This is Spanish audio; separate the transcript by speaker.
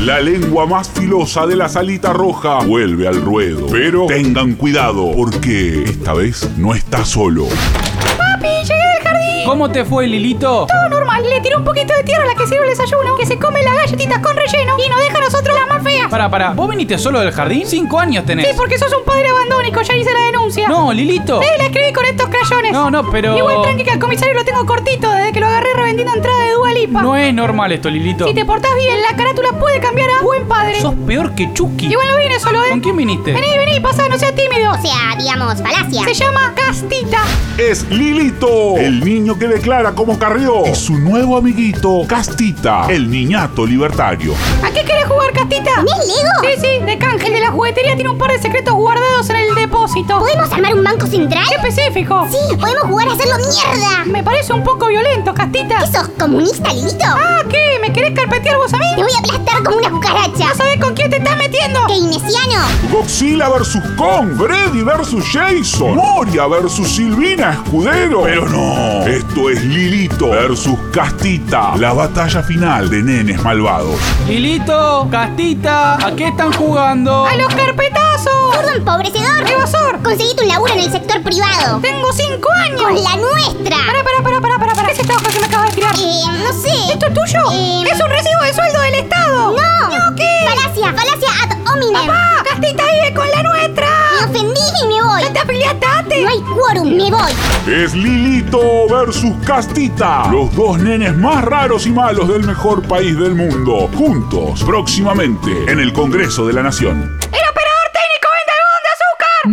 Speaker 1: La lengua más filosa de la salita roja vuelve al ruedo. Pero tengan cuidado, porque esta vez no está solo.
Speaker 2: Papi, llegué al jardín.
Speaker 3: ¿Cómo te fue, Lilito?
Speaker 2: Todo normal. Le tiré un poquito de tierra a la que sirve el desayuno, que se come las galletitas con relleno y nos deja a nosotros las más feas.
Speaker 3: Para, para. ¿Vos viniste solo del jardín? Cinco años tenés.
Speaker 2: Sí, porque sos un padre abandónico. Ya hice la denuncia.
Speaker 3: No, Lilito.
Speaker 2: Eh, la escribí con estos crayones.
Speaker 3: No, no, pero-
Speaker 2: Igual tranqui que al comisario lo tengo cortito desde que lo agarré revendiendo entrada de Dua Lipa.
Speaker 3: No es normal esto, Lilito.
Speaker 2: Si te portás bien, la carátula puede cambiar a buen padre.
Speaker 3: Sos peor que Chucky.
Speaker 2: Igual no vine solo, ¿eh?
Speaker 3: ¿Con quién viniste?
Speaker 2: Vení, vení, pasá, no seas tímido.
Speaker 4: O sea, digamos, falacia.
Speaker 2: Se llama Castita.
Speaker 1: Es Lilito, el niño que declara como carrió. Y su nuevo amiguito, Castita, el niñato libertario.
Speaker 2: ¿A qué querés jugar, Castita?
Speaker 4: ¿También
Speaker 2: Sí,
Speaker 4: Lego?
Speaker 2: sí, de Cángel de la juguetería tiene un par de secretos guardados en el depósito.
Speaker 4: ¿Podemos armar un banco central?
Speaker 2: ¡Qué específico!
Speaker 4: Sí, podemos jugar a hacerlo mierda.
Speaker 2: Me parece un poco violento, Castita.
Speaker 4: ¿Qué sos, comunista, Lilito?
Speaker 2: Ah, ¿qué? ¿Me querés carpetear vos a mí?
Speaker 4: Te voy a aplastar como una cucaracha.
Speaker 2: ¿No sabés con quién te estás metiendo?
Speaker 4: Keynesiano.
Speaker 1: Godzilla vs. Kong, Freddy vs. Jason, Moria vs. Silvina Escudero. Pero no, esto es Lilito vs. Castita, la batalla final de nenes malvados.
Speaker 3: Lilito, Castita, ¿a qué están jugando?
Speaker 2: ¡A los carpetazos!
Speaker 4: Gordo empobrecedor.
Speaker 2: Evasor.
Speaker 4: Conseguiste un laburo en el sector privado.
Speaker 2: ¡Tengo cinco
Speaker 4: Con
Speaker 2: años!
Speaker 4: la nuestra.
Speaker 2: Pará, pará, pará, pará, pará, pará. ¿Qué es esta hoja que me acabas de tirar?
Speaker 4: Eh, no sé.
Speaker 2: ¿Esto es tuyo?
Speaker 4: Eh,
Speaker 2: ¡Es un recibo de sueldo del Estado!
Speaker 4: No.
Speaker 2: ¿Yo qué?
Speaker 4: Falacia, falacia ad hominem.
Speaker 2: ¡Papá! ¡Castita vive con la nuestra!
Speaker 4: Me ofendí y me voy.
Speaker 2: ¡No te afiliaste
Speaker 4: No hay quórum, me voy.
Speaker 1: Es Lilito versus Castita, los dos nenes más raros y malos del mejor país del mundo, juntos próximamente en el Congreso de la Nación.
Speaker 2: ¡El operador técnico vende algodón de azúcar!